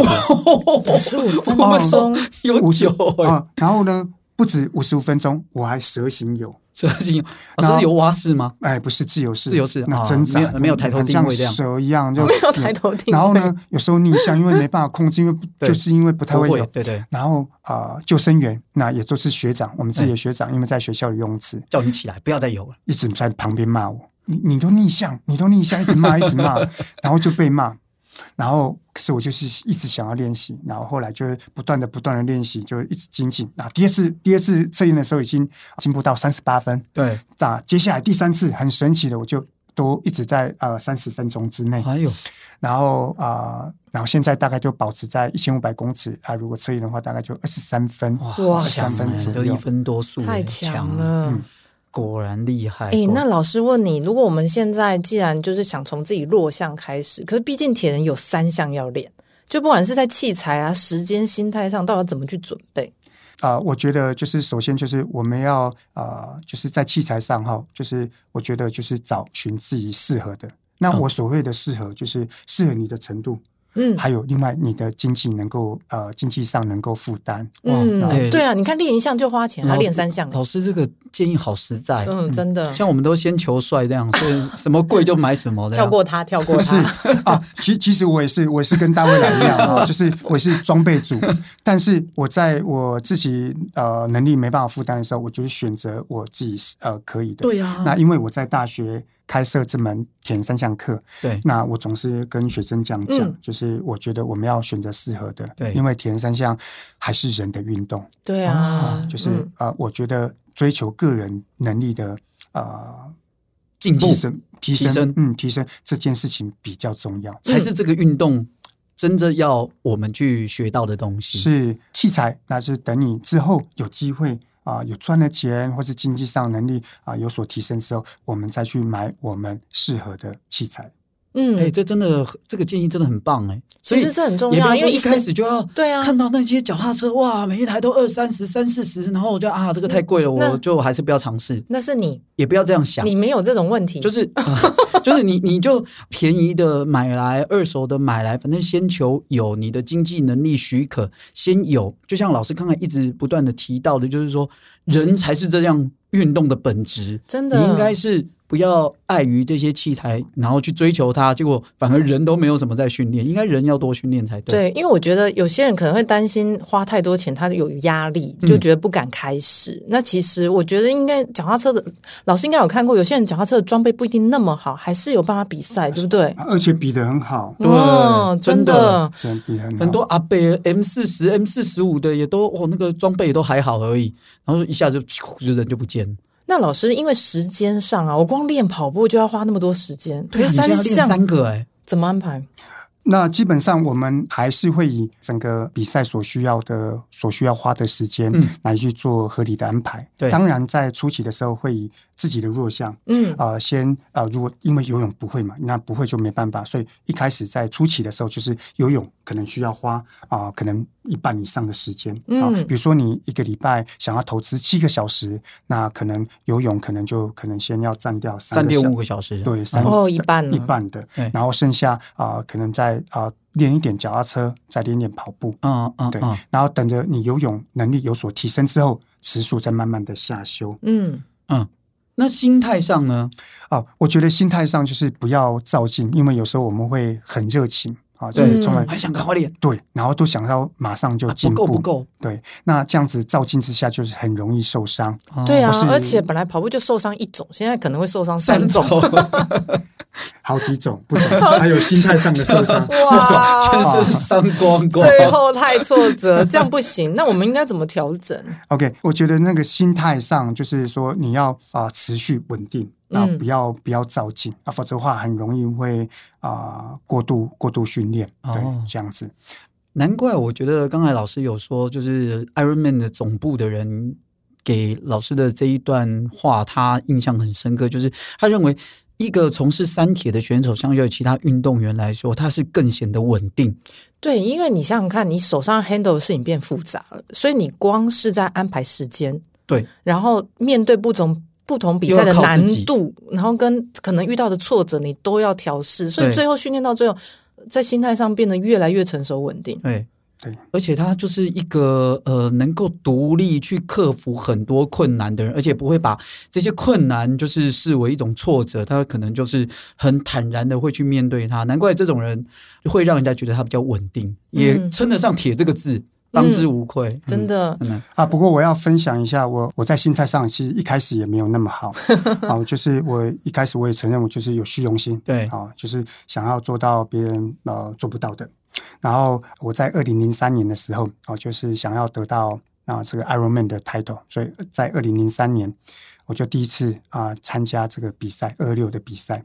[SPEAKER 1] 多
[SPEAKER 4] 十五分
[SPEAKER 1] 哦
[SPEAKER 4] 钟，
[SPEAKER 3] 有
[SPEAKER 1] 55
[SPEAKER 3] 酒哎，
[SPEAKER 1] 啊。然后呢，不止五十五分钟，我还蛇形游，
[SPEAKER 3] 这是
[SPEAKER 1] 然
[SPEAKER 3] 老
[SPEAKER 1] 后
[SPEAKER 3] 师有蛙式吗？
[SPEAKER 1] 哎，不是自由式，
[SPEAKER 3] 自由式
[SPEAKER 1] 那
[SPEAKER 3] 啊
[SPEAKER 1] 挣扎
[SPEAKER 3] 没有没有抬头
[SPEAKER 1] 很
[SPEAKER 3] 定
[SPEAKER 1] 像
[SPEAKER 3] 位这样哦
[SPEAKER 1] 蛇一样，就
[SPEAKER 4] 没有抬 头定。
[SPEAKER 1] 然后？呢，有时候逆向，因为没办法控制，因为
[SPEAKER 3] 对
[SPEAKER 1] 就是因为不太
[SPEAKER 3] 不
[SPEAKER 1] 会
[SPEAKER 3] 会
[SPEAKER 1] 游，。
[SPEAKER 3] 对对，
[SPEAKER 1] 然后啊、呃救生员那也都是学长，我们自己的学长，因为在学校的游泳池，
[SPEAKER 3] 叫你起来，不要再游了。
[SPEAKER 1] 一直在旁边骂我，你你都逆向，你都逆向，一直 骂，一直骂，然后就被骂。然后，可是我就是一直想要练习，然后后来就是不断的、不断的练习，就一直精进。那第二次、第二次测验的时候已经进步到三十八分，
[SPEAKER 3] 对，
[SPEAKER 1] 那接下来第三次很神奇的，我就都一直在呃三十分钟之内，
[SPEAKER 3] 哎呦，
[SPEAKER 1] 然后啊、呃然后现在大概就保持在一千五百公尺啊、如果测验的话，大概就二十三分。
[SPEAKER 3] 哇，
[SPEAKER 4] 哇
[SPEAKER 3] 强
[SPEAKER 1] 三分
[SPEAKER 3] 哎
[SPEAKER 1] 左
[SPEAKER 3] 都
[SPEAKER 1] 右
[SPEAKER 3] 一分多速，
[SPEAKER 4] 太
[SPEAKER 3] 哎
[SPEAKER 4] 强，了！
[SPEAKER 1] 嗯
[SPEAKER 3] 果然厉害。
[SPEAKER 4] 哎、
[SPEAKER 3] 果
[SPEAKER 4] 那老师问你，如果我们现在既然就是想从自己弱项开始，可是毕竟铁人有三项要练，就不管是在器材啊、时间、心态上，到底要怎么去准备？
[SPEAKER 1] 啊，我觉得就是首先就是我们要啊，就是在器材上哈，就是我觉得就是找寻自己适合的。那
[SPEAKER 3] 嗯
[SPEAKER 1] 我所谓的适合，就是适合你的程度，
[SPEAKER 4] 嗯
[SPEAKER 1] 还有另外你的经济能够呃经济上能够负担。
[SPEAKER 4] 嗯
[SPEAKER 3] 哇哎，
[SPEAKER 4] 对啊，你看练一项就花钱，还
[SPEAKER 3] 老
[SPEAKER 4] 练三项，
[SPEAKER 3] 老师这个建议好实在，
[SPEAKER 4] 嗯，真的，
[SPEAKER 3] 像我们都先求帅这样，所以什么贵就买什么的。
[SPEAKER 4] 跳过他，跳过
[SPEAKER 1] 不是
[SPEAKER 4] 他，
[SPEAKER 1] 啊，其其实我也是，我也是跟大卫来一 样啊，就是我也是装备组，但是我在我自己呃能力没办法负担的时候，我就是选择我自己呃可以的。
[SPEAKER 4] 啊
[SPEAKER 3] 对呀，啊
[SPEAKER 1] 那因为我在大学开设这门铁人三项课，
[SPEAKER 3] 对
[SPEAKER 1] 那我总是跟学生这样讲，
[SPEAKER 4] 嗯
[SPEAKER 1] 就是我觉得我们要选择适合的，
[SPEAKER 3] 对
[SPEAKER 1] 因为铁人三项还是人的运动，
[SPEAKER 4] 对啊，
[SPEAKER 1] 就是、
[SPEAKER 4] 嗯
[SPEAKER 1] 呃，我觉得追求个人能力的呃
[SPEAKER 3] 进步
[SPEAKER 1] 提升、提升、
[SPEAKER 3] 提升
[SPEAKER 1] 嗯提升这件事情比较重要。
[SPEAKER 4] 嗯
[SPEAKER 3] 才是这个运动真正要我们去学到的东
[SPEAKER 1] 嗯
[SPEAKER 3] 西。
[SPEAKER 1] 是器材，那是等你之后有机会啊、有赚了钱或是经济上能力啊、有所提升之后，我们再去买我们适合的器材。
[SPEAKER 4] 嗯
[SPEAKER 3] 哎、，这真的很，这个建议真的很棒哎、所
[SPEAKER 4] 其
[SPEAKER 3] 以
[SPEAKER 4] 实这很重
[SPEAKER 3] 也不
[SPEAKER 4] 要，啊
[SPEAKER 3] 要
[SPEAKER 4] 因
[SPEAKER 3] 说
[SPEAKER 4] 为
[SPEAKER 3] 一
[SPEAKER 4] 生
[SPEAKER 3] 开始就要
[SPEAKER 4] 对啊
[SPEAKER 3] 看到那些脚踏车，哇，每一台都二三十、三四十，然后我就啊，这个太贵了，
[SPEAKER 4] 嗯那
[SPEAKER 3] 我就还是不要尝试，
[SPEAKER 4] 那是你，
[SPEAKER 3] 也不要这样想
[SPEAKER 4] 你。没有这种问题，
[SPEAKER 3] 就是 呃就是你你就便宜的买来，二手的买来，反正先求有你的经济能力许可，先有。就像老师刚才一直不断的提到的，就是
[SPEAKER 4] 嗯
[SPEAKER 3] 说人才是这样运动的本质，
[SPEAKER 4] 真
[SPEAKER 3] 你
[SPEAKER 4] 的
[SPEAKER 3] 应该是。不要碍于这些器材，然后去追求它，结果反而人都没有什么在训练。应该人要多训练才对。
[SPEAKER 4] 对，因为我觉得有些人可能会担心花太多钱，他有压力，
[SPEAKER 3] 嗯
[SPEAKER 4] 就觉得不敢开始。那其实我觉得应该脚踏车的老师应该有看过，有些人脚踏车的装备不一定那么好，还是有办法比赛，对不对？
[SPEAKER 1] 而且比得很好，
[SPEAKER 3] 哦对
[SPEAKER 4] 嗯真
[SPEAKER 3] 真的
[SPEAKER 4] 的。
[SPEAKER 1] 真的比得很好。
[SPEAKER 3] 很多阿贝 M 四十、M 四十五的也都哦，那个装备也都还好而已，然后一下就就人就不见了。
[SPEAKER 4] 那老师，因为时间上啊，我光练跑步就要花那么多时间，可是
[SPEAKER 3] 啊你现在
[SPEAKER 4] 三
[SPEAKER 3] 要练
[SPEAKER 4] 项
[SPEAKER 3] 三个哎、
[SPEAKER 4] 怎么安排？
[SPEAKER 1] 那基本上我们还是会以整个比赛所需要的、所需要花的时间
[SPEAKER 3] 嗯
[SPEAKER 1] 来去做合理的安排。
[SPEAKER 3] 对
[SPEAKER 1] 当然在初期的时候会以自己的弱项，
[SPEAKER 4] 嗯
[SPEAKER 3] 哦
[SPEAKER 1] 呃，先呃，如果因为游泳不会嘛，那不会就没办法，所以一开始在初期的时候，就是游泳可能需要花啊、可能一半以上的时间啊、
[SPEAKER 4] 嗯
[SPEAKER 1] 比如说你一个礼拜想要投资七个小时，那可能游泳可能就可能先要占掉
[SPEAKER 3] 三
[SPEAKER 1] 个小
[SPEAKER 3] 点五个小时，
[SPEAKER 1] 对，三
[SPEAKER 4] 哦一半
[SPEAKER 1] 一
[SPEAKER 4] 了
[SPEAKER 1] 半的
[SPEAKER 3] 对，
[SPEAKER 1] 然后剩下啊、可能再啊、练一点脚踏车，再练一点跑步，
[SPEAKER 3] 嗯嗯
[SPEAKER 1] 对
[SPEAKER 3] 嗯
[SPEAKER 1] 然后等着你游泳能力有所提升之后，时速再慢慢的下修。
[SPEAKER 4] 嗯，
[SPEAKER 3] 嗯。那心态上呢？
[SPEAKER 1] 啊，我觉得心态上就是不要照进，因为有时候我们会很热情啊，就是
[SPEAKER 4] 对
[SPEAKER 1] 充满、
[SPEAKER 3] 还想赶快练，
[SPEAKER 1] 对，然后都想要马上就
[SPEAKER 3] 嗯啊
[SPEAKER 1] 进
[SPEAKER 3] 不
[SPEAKER 1] 步，
[SPEAKER 3] 够不够，
[SPEAKER 1] 对，那这样子照进之下就是很容易受伤。
[SPEAKER 3] 哦
[SPEAKER 4] 对啊
[SPEAKER 1] 或是，
[SPEAKER 4] 而且本来跑步就受伤一种，现在可能会受伤
[SPEAKER 3] 三
[SPEAKER 4] 种
[SPEAKER 3] 种，，
[SPEAKER 1] 好几种不同，还有心态上的受伤，
[SPEAKER 4] 哇
[SPEAKER 3] 全身是伤 光光。
[SPEAKER 4] 啊最后太挫 折，这样不行。那我们应该怎么调整？
[SPEAKER 1] OK，我觉得那个心态上就是说你要啊、持续稳定。啊，
[SPEAKER 4] 嗯
[SPEAKER 1] 不要不要照进啊，否则的话很容易会啊、过度过度训练，对，
[SPEAKER 3] 哦
[SPEAKER 1] 这样子。
[SPEAKER 3] 难怪我觉得刚才老师有说，就是 Iron Man 的总部的人给老师的这一段话，他印象很深刻，就是他认为。一个从事三铁的选手，相较于其他运动员来说，他是更显得稳定。
[SPEAKER 4] 对，因为你想想看，你手上 handle 的事情变复杂了，所以你光是在安排时间，
[SPEAKER 3] 对，
[SPEAKER 4] 然后面对不同不同比赛的
[SPEAKER 3] 又要靠
[SPEAKER 4] 难
[SPEAKER 3] 自己
[SPEAKER 4] 度，然后跟可能遇到的挫折，你都要调试，所以
[SPEAKER 3] 对
[SPEAKER 4] 最后训练到最后，在心态上变得越来越成熟稳定。
[SPEAKER 3] 对
[SPEAKER 1] 对，
[SPEAKER 3] 哎而且他就是一个呃，能够独立去克服很多困难的人，而且不会把这些困难就是视为一种挫折，他可能就是很坦然的会去面对它。难怪这种人会让人家觉得他比较稳定，
[SPEAKER 1] 嗯
[SPEAKER 3] 也称得上“铁”这个字，当之无愧。
[SPEAKER 4] 真的，
[SPEAKER 3] 嗯，
[SPEAKER 1] 啊，不过我要分享一下，我我在心态上其实一开始也没有那么好，啊，就是我一开始我也承认我就是有虚荣心，
[SPEAKER 3] 对
[SPEAKER 1] 啊，就是想要做到别人呃做不到的。然后我在二零零三年的时候，啊，就是想要得到啊这个 Ironman 的 title，所以在二零零三年我就第一次啊参加这个比赛二六的比赛。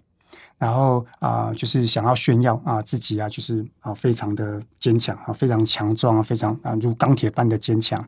[SPEAKER 1] 然后啊、就是想要炫耀啊、自己啊，就是啊、非常的坚强啊，非常强壮啊，非常啊、如钢铁般的坚强。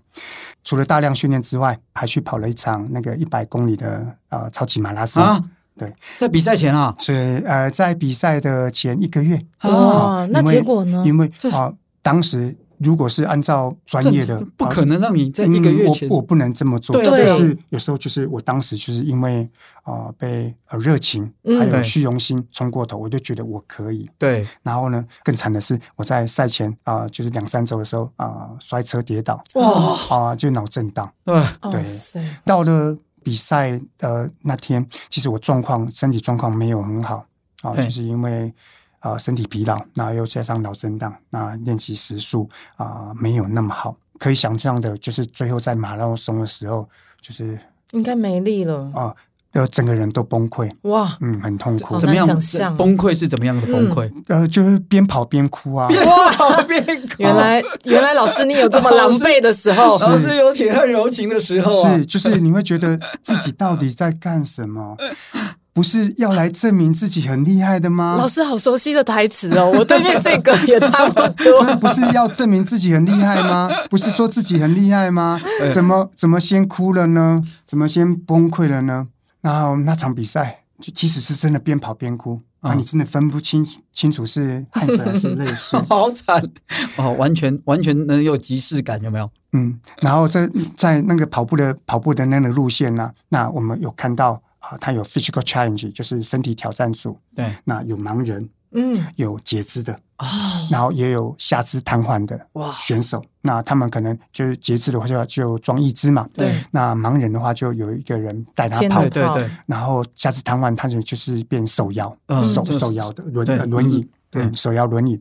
[SPEAKER 1] 除了大量训练之外，还去跑了一场那个一百公里的呃超级马拉松。
[SPEAKER 3] 啊，
[SPEAKER 1] 对，
[SPEAKER 3] 在比赛前啊，
[SPEAKER 1] 所以呃，在比赛的前一个月
[SPEAKER 4] 嗯
[SPEAKER 3] 啊
[SPEAKER 4] 哇，那
[SPEAKER 1] 因为
[SPEAKER 4] 结果呢？
[SPEAKER 1] 因为
[SPEAKER 3] 嗯这
[SPEAKER 1] 啊、当时如果是按照专业的嗯
[SPEAKER 3] 这，不可能让你在
[SPEAKER 1] 在
[SPEAKER 3] 一个月前
[SPEAKER 1] 我我不能这么做。
[SPEAKER 3] 对啊
[SPEAKER 4] 对
[SPEAKER 1] 但是有时候就是我当时就是因为啊、被呃热情
[SPEAKER 4] 嗯
[SPEAKER 1] 还有
[SPEAKER 3] 对
[SPEAKER 1] 虚荣心冲过头，我就觉得我可以。
[SPEAKER 3] 对
[SPEAKER 1] 然后呢，更惨的是我在赛前啊、就是两三周的时候啊、摔车跌倒
[SPEAKER 4] 哦
[SPEAKER 3] 哇，
[SPEAKER 1] 啊、就脑震荡。
[SPEAKER 3] 对，
[SPEAKER 4] 哇塞，
[SPEAKER 1] 到了比赛呃那天，其实我状况身体状况没有很好啊、
[SPEAKER 3] 对
[SPEAKER 1] 就是因为呃身体疲劳，那又加上脑震荡，那练习时速啊、没有那么好。可以想象的，就是最后在马拉松的时候，就是
[SPEAKER 4] 应该没力了。
[SPEAKER 1] 啊、呃，整个人都崩溃，
[SPEAKER 4] 哇，
[SPEAKER 1] 嗯，很痛苦
[SPEAKER 4] 好
[SPEAKER 3] 怎，么样
[SPEAKER 4] 难想象啊
[SPEAKER 3] 崩溃是怎么样的崩溃？
[SPEAKER 1] 呃，就是边跑边哭啊，
[SPEAKER 3] 哇，变高
[SPEAKER 4] 嗯原来原来哦 老师你有这么狼狈的时候，
[SPEAKER 3] 老师有铁汉柔情的时候啊
[SPEAKER 1] 是，，就是你会觉得自己到底在干什么？不是要来证明自己很厉害的
[SPEAKER 3] 啊
[SPEAKER 1] 吗？
[SPEAKER 5] 老师好熟悉的台词哦，我对面这 个也差不多
[SPEAKER 1] 不。是不是要证明自己很厉害吗？不是说自己很厉害吗？怎么怎么先哭了呢？怎么先崩溃了呢？然后那场比赛，就其实是真的边跑边哭啊，
[SPEAKER 3] 嗯。
[SPEAKER 1] 你真的分不清清楚是汗水还是泪水
[SPEAKER 3] 好惨哦，完全完全能有即视感，有没有？
[SPEAKER 1] 嗯，然后在在那个跑步的跑步的那个路线呢、那我们有看到啊，它有 physical challenge，就是身体挑战组，
[SPEAKER 3] 对，
[SPEAKER 1] 那有盲人，
[SPEAKER 4] 嗯，
[SPEAKER 1] 有截肢的，
[SPEAKER 3] 哦，
[SPEAKER 1] 然后也有下肢瘫痪的
[SPEAKER 4] 啊
[SPEAKER 3] 哇，
[SPEAKER 1] 选手。那他们可能就是截肢的话就要就装义肢嘛，
[SPEAKER 3] 对
[SPEAKER 1] 那盲人的话就有一个人带他
[SPEAKER 4] 牵
[SPEAKER 1] 跑
[SPEAKER 3] 对
[SPEAKER 4] 着，
[SPEAKER 3] 对对，
[SPEAKER 1] 然后下肢瘫痪，他就就是变手摇，
[SPEAKER 3] 嗯
[SPEAKER 1] 手
[SPEAKER 3] 就是
[SPEAKER 1] 手摇的轮
[SPEAKER 3] 对
[SPEAKER 1] 呃轮椅
[SPEAKER 3] 嗯，对
[SPEAKER 1] 手摇轮椅。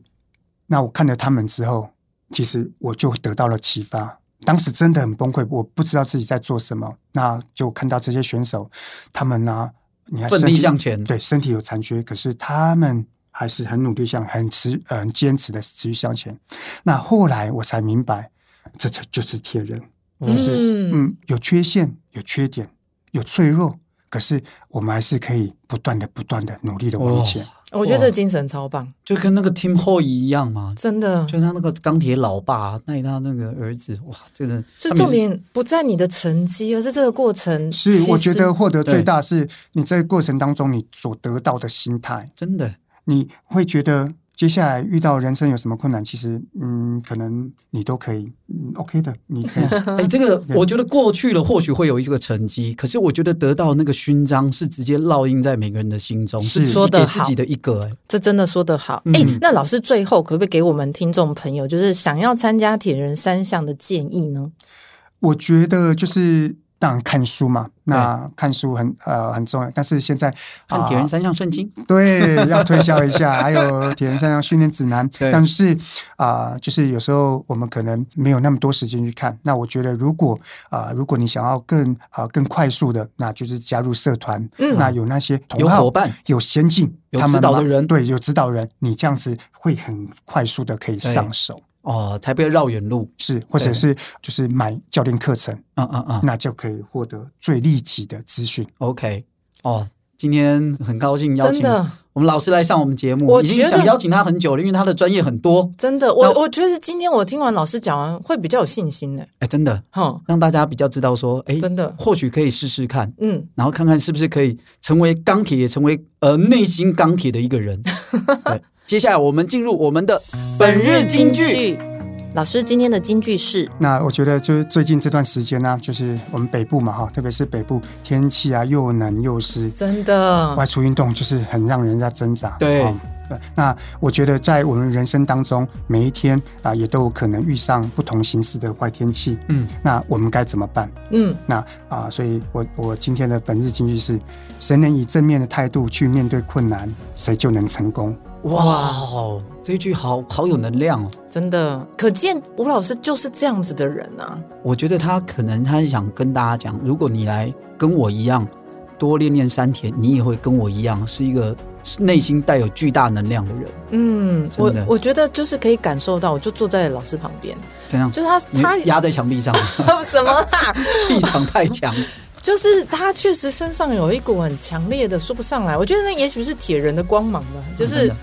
[SPEAKER 1] 那我看了他们之后，其实我就得到了启发。当时真的很崩溃，我不知道自己在做什么。那就看到这些选手，他们呢、啊你看
[SPEAKER 3] 奋
[SPEAKER 1] 身
[SPEAKER 3] 力
[SPEAKER 1] 体
[SPEAKER 3] 向前
[SPEAKER 1] 对身体有残缺，可是他们还是很努力向，很持呃很坚持的持续向前。那后来我才明白，这才就是铁人。
[SPEAKER 4] 嗯，
[SPEAKER 1] 嗯，有缺陷，有缺点，有脆弱，可是我们还是可以不断的、不断的努力的
[SPEAKER 3] 哦
[SPEAKER 1] 往前。
[SPEAKER 4] 我觉得这精神超棒，
[SPEAKER 3] 就跟那个 Tim Ho 一样嘛，
[SPEAKER 4] 真的。
[SPEAKER 3] 就他那个钢铁老爸带他那个儿子，哇，这个
[SPEAKER 4] 就
[SPEAKER 3] 他们也
[SPEAKER 4] 重点不在你的成绩，而是这个过程。
[SPEAKER 1] 是，我
[SPEAKER 4] 其
[SPEAKER 1] 觉
[SPEAKER 4] 实
[SPEAKER 1] 得获得
[SPEAKER 3] 对
[SPEAKER 1] 最大是你在过程当中你所得到的心态，
[SPEAKER 3] 真的
[SPEAKER 1] 你会觉得接下来遇到人生有什么困难，其实嗯，可能你都可以，嗯，OK 的，你可 以。
[SPEAKER 3] 哎，这个我觉得过去了或许会有一个成绩，可是我觉得得到那个勋章是直接烙印在每个人的心中，是
[SPEAKER 1] 是
[SPEAKER 3] 自己
[SPEAKER 4] 说得
[SPEAKER 3] 给
[SPEAKER 4] 好
[SPEAKER 3] 自己的一个。哎
[SPEAKER 4] 这真的说得好。哎、那老师最后可不可以给我们听众朋友，就是想要参加铁人三项的建议呢？
[SPEAKER 1] 我觉得就是当然看书嘛，那看书很呃很重要，但是现在
[SPEAKER 3] 看《
[SPEAKER 1] 啊
[SPEAKER 3] 铁人三项圣经》
[SPEAKER 1] 对，要推销一下，还有铁人三项训练指南。
[SPEAKER 3] 对
[SPEAKER 1] 但是啊、就是有时候我们可能没有那么多时间去看。那我觉得，如果啊、如果你想要更啊、更快速的，那就是加入社团。
[SPEAKER 4] 嗯
[SPEAKER 1] 那有那些同
[SPEAKER 3] 有
[SPEAKER 1] 好
[SPEAKER 3] 伙伴，
[SPEAKER 1] 有先进，
[SPEAKER 3] 有
[SPEAKER 1] 他们
[SPEAKER 3] 指导
[SPEAKER 1] 嘛
[SPEAKER 3] 的人
[SPEAKER 1] 对，有指导人，你这样子会很快速的可以
[SPEAKER 3] 对
[SPEAKER 1] 上手。
[SPEAKER 3] 哦，才不会绕远路。
[SPEAKER 1] 是，或者
[SPEAKER 3] 对
[SPEAKER 1] 是就是买教练课程，
[SPEAKER 3] 嗯嗯嗯
[SPEAKER 1] 那就可以获得最立即的资讯。
[SPEAKER 3] ，OK，哦，今天很高兴邀
[SPEAKER 4] 真
[SPEAKER 3] 请
[SPEAKER 4] 的，
[SPEAKER 3] 我们老师来上我们节目，
[SPEAKER 4] 我
[SPEAKER 3] 已经
[SPEAKER 4] 觉得
[SPEAKER 3] 想邀请他很久了，因为他的专业很多。
[SPEAKER 4] 真的，
[SPEAKER 3] 那
[SPEAKER 4] 我我觉得今天我听完老师讲完，会比较有信心呢。
[SPEAKER 3] 哎，真的
[SPEAKER 4] 哈，
[SPEAKER 3] 让大家比较知道说，哎，
[SPEAKER 4] 真的
[SPEAKER 3] 或许可以试试看。
[SPEAKER 4] 嗯，
[SPEAKER 3] 然后看看是不是可以成为钢铁，也成为呃内心钢铁的一 个人。对，接下来我们进入我们的本日金句。，
[SPEAKER 4] 老师今天的金句是
[SPEAKER 1] 那我觉得就是最近这段时间呢、就是我们北部嘛哈，特别是北部天气啊又冷又湿，
[SPEAKER 3] 嗯
[SPEAKER 4] 真的，
[SPEAKER 1] 外出运动就是很让人家挣扎。
[SPEAKER 3] 对
[SPEAKER 1] 哦呃那我觉得在我们人生当中，每一天啊也都有可能遇上不同形式的坏天气。
[SPEAKER 3] 嗯，
[SPEAKER 1] 那我们该怎么办？
[SPEAKER 4] 嗯，
[SPEAKER 1] 那啊，所以我我今天的本日金句是：谁能以正面的态度去面对困难，谁就能成功。
[SPEAKER 3] 哇，哦这一句好好有能量哦！
[SPEAKER 4] 真的，可见吴老师就是这样子的人啊。
[SPEAKER 3] 我觉得他可能他想跟大家讲，如果你来跟我一样多练练山铁，你也会跟我一样是一个内心带有巨大能量的人。
[SPEAKER 4] 嗯，我
[SPEAKER 3] 真的
[SPEAKER 4] 我觉得就是可以感受到，我就坐在老师旁边，
[SPEAKER 3] 怎样？
[SPEAKER 4] 就是他
[SPEAKER 3] 你
[SPEAKER 4] 他
[SPEAKER 3] 压在墙 壁上，
[SPEAKER 4] 什么啦，
[SPEAKER 3] 气场太强。啊
[SPEAKER 4] 就是他确实身上有一股很强烈的说不上来，我觉得那也许是铁人的光芒吧，就
[SPEAKER 3] 哦真
[SPEAKER 4] 是
[SPEAKER 3] 的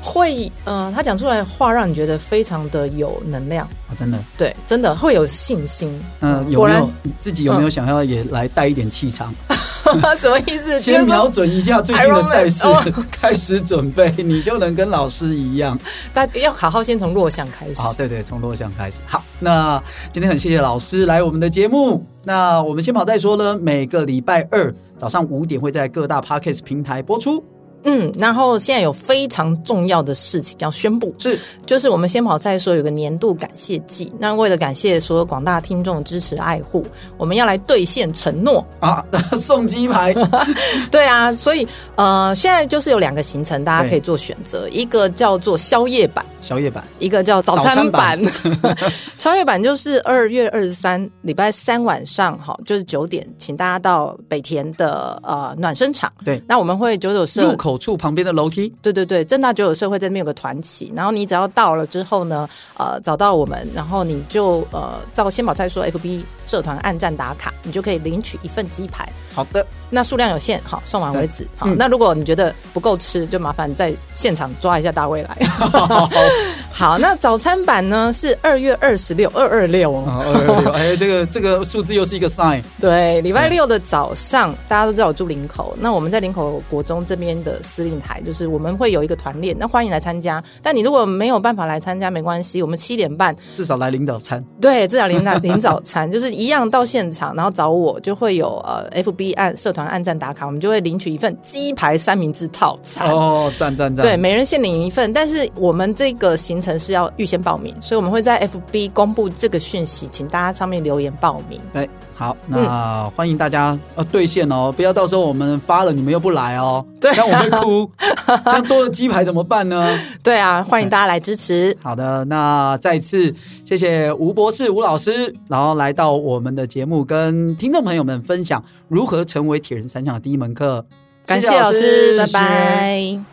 [SPEAKER 4] 会，呃，他讲出来的话让你觉得非常的有能量，
[SPEAKER 3] 啊真的，
[SPEAKER 4] 对，真的会有信心。
[SPEAKER 3] 嗯，有
[SPEAKER 4] 果
[SPEAKER 3] 没
[SPEAKER 4] 然
[SPEAKER 3] 有你自己有没有想要也来带一点气场？
[SPEAKER 4] 什么意思？
[SPEAKER 3] 先
[SPEAKER 4] 就是
[SPEAKER 3] 瞄
[SPEAKER 4] 说
[SPEAKER 3] 准一下最近的赛事
[SPEAKER 4] 嗯 Iron Man，，哦
[SPEAKER 3] 开始准备，你就能跟老师一样。
[SPEAKER 4] 大家要好好先从弱项开始。
[SPEAKER 3] 好，对对，从落项开始。好，那今天很谢谢老师来我们的节目。那我们先跑再说呢，每个礼拜二早上五点会在各大 podcast 平台播出。
[SPEAKER 4] 嗯，然后现在有非常重要的事情要宣布，
[SPEAKER 3] 是
[SPEAKER 4] 就是我们先跑再说有个年度感谢季。那为了感谢所有广大听众的支持爱护，我们要来兑现承诺。
[SPEAKER 3] 啊， 送鸡排，
[SPEAKER 4] 对啊，所以呃，现在就是有两个行程，大家
[SPEAKER 3] 对
[SPEAKER 4] 可以做选择，一个叫做宵夜版，
[SPEAKER 3] 宵夜版
[SPEAKER 4] 一个叫早餐版
[SPEAKER 3] 早。
[SPEAKER 4] 宵夜版就是二月二十三礼拜三晚上，哈，就是九点，请大家到北田的呃暖身场。
[SPEAKER 3] 对
[SPEAKER 4] 那我们会九九
[SPEAKER 3] 入
[SPEAKER 4] 社，
[SPEAKER 3] 口处旁边的楼梯，
[SPEAKER 4] 对对对，正大九九社会这边有个团体，然后你只要到了之后呢，呃，找到我们，然后你就呃到先宝菜说 FB 社团按赞打卡，你就可以领取一份鸡排。
[SPEAKER 3] 好的，
[SPEAKER 4] 那数量有限，好送完为止。好，
[SPEAKER 3] 嗯
[SPEAKER 4] 那如果你觉得不够吃，就麻烦在现场抓一下大卫来。 好，那早餐版呢是二月二十六，二二六哦。
[SPEAKER 3] 啊， 二二六，哎，这个这个数字又是一个 sign，
[SPEAKER 4] 对，礼拜六的早上，大家都知道我住林口，那我们在林口国中这边的司令台，就是我们会有一个团练，那欢迎来参加。但你如果没有办法来参加，没关系，我们七点半
[SPEAKER 3] 至少来领导餐，
[SPEAKER 4] 对，至少领早领早 餐就是一样到现场，然后找我就会有呃 FB 按社团按赞打卡，我们就会领取一份鸡排三明治套餐。
[SPEAKER 3] 哦，赞赞赞，
[SPEAKER 4] 对，，每人限领一份，但是我们这个行程是要预先报名，所以我们会在 FB 公布这个讯息，请大家上面留言报名。
[SPEAKER 3] 对，哎好，那欢迎大家呃兑现哦，不要到时候我们发了你们又不来哦，对，让我会 哭，这样多了鸡排怎么办呢？
[SPEAKER 4] 对啊，欢迎大家来支持。
[SPEAKER 3] 好的，那再次谢谢吴博士、吴老师，然后来到我们的节目，跟听众朋友们分享如何成为铁人三项的第一门课。
[SPEAKER 4] 感谢
[SPEAKER 3] 谢
[SPEAKER 4] 老师，拜
[SPEAKER 3] 谢谢
[SPEAKER 4] 拜。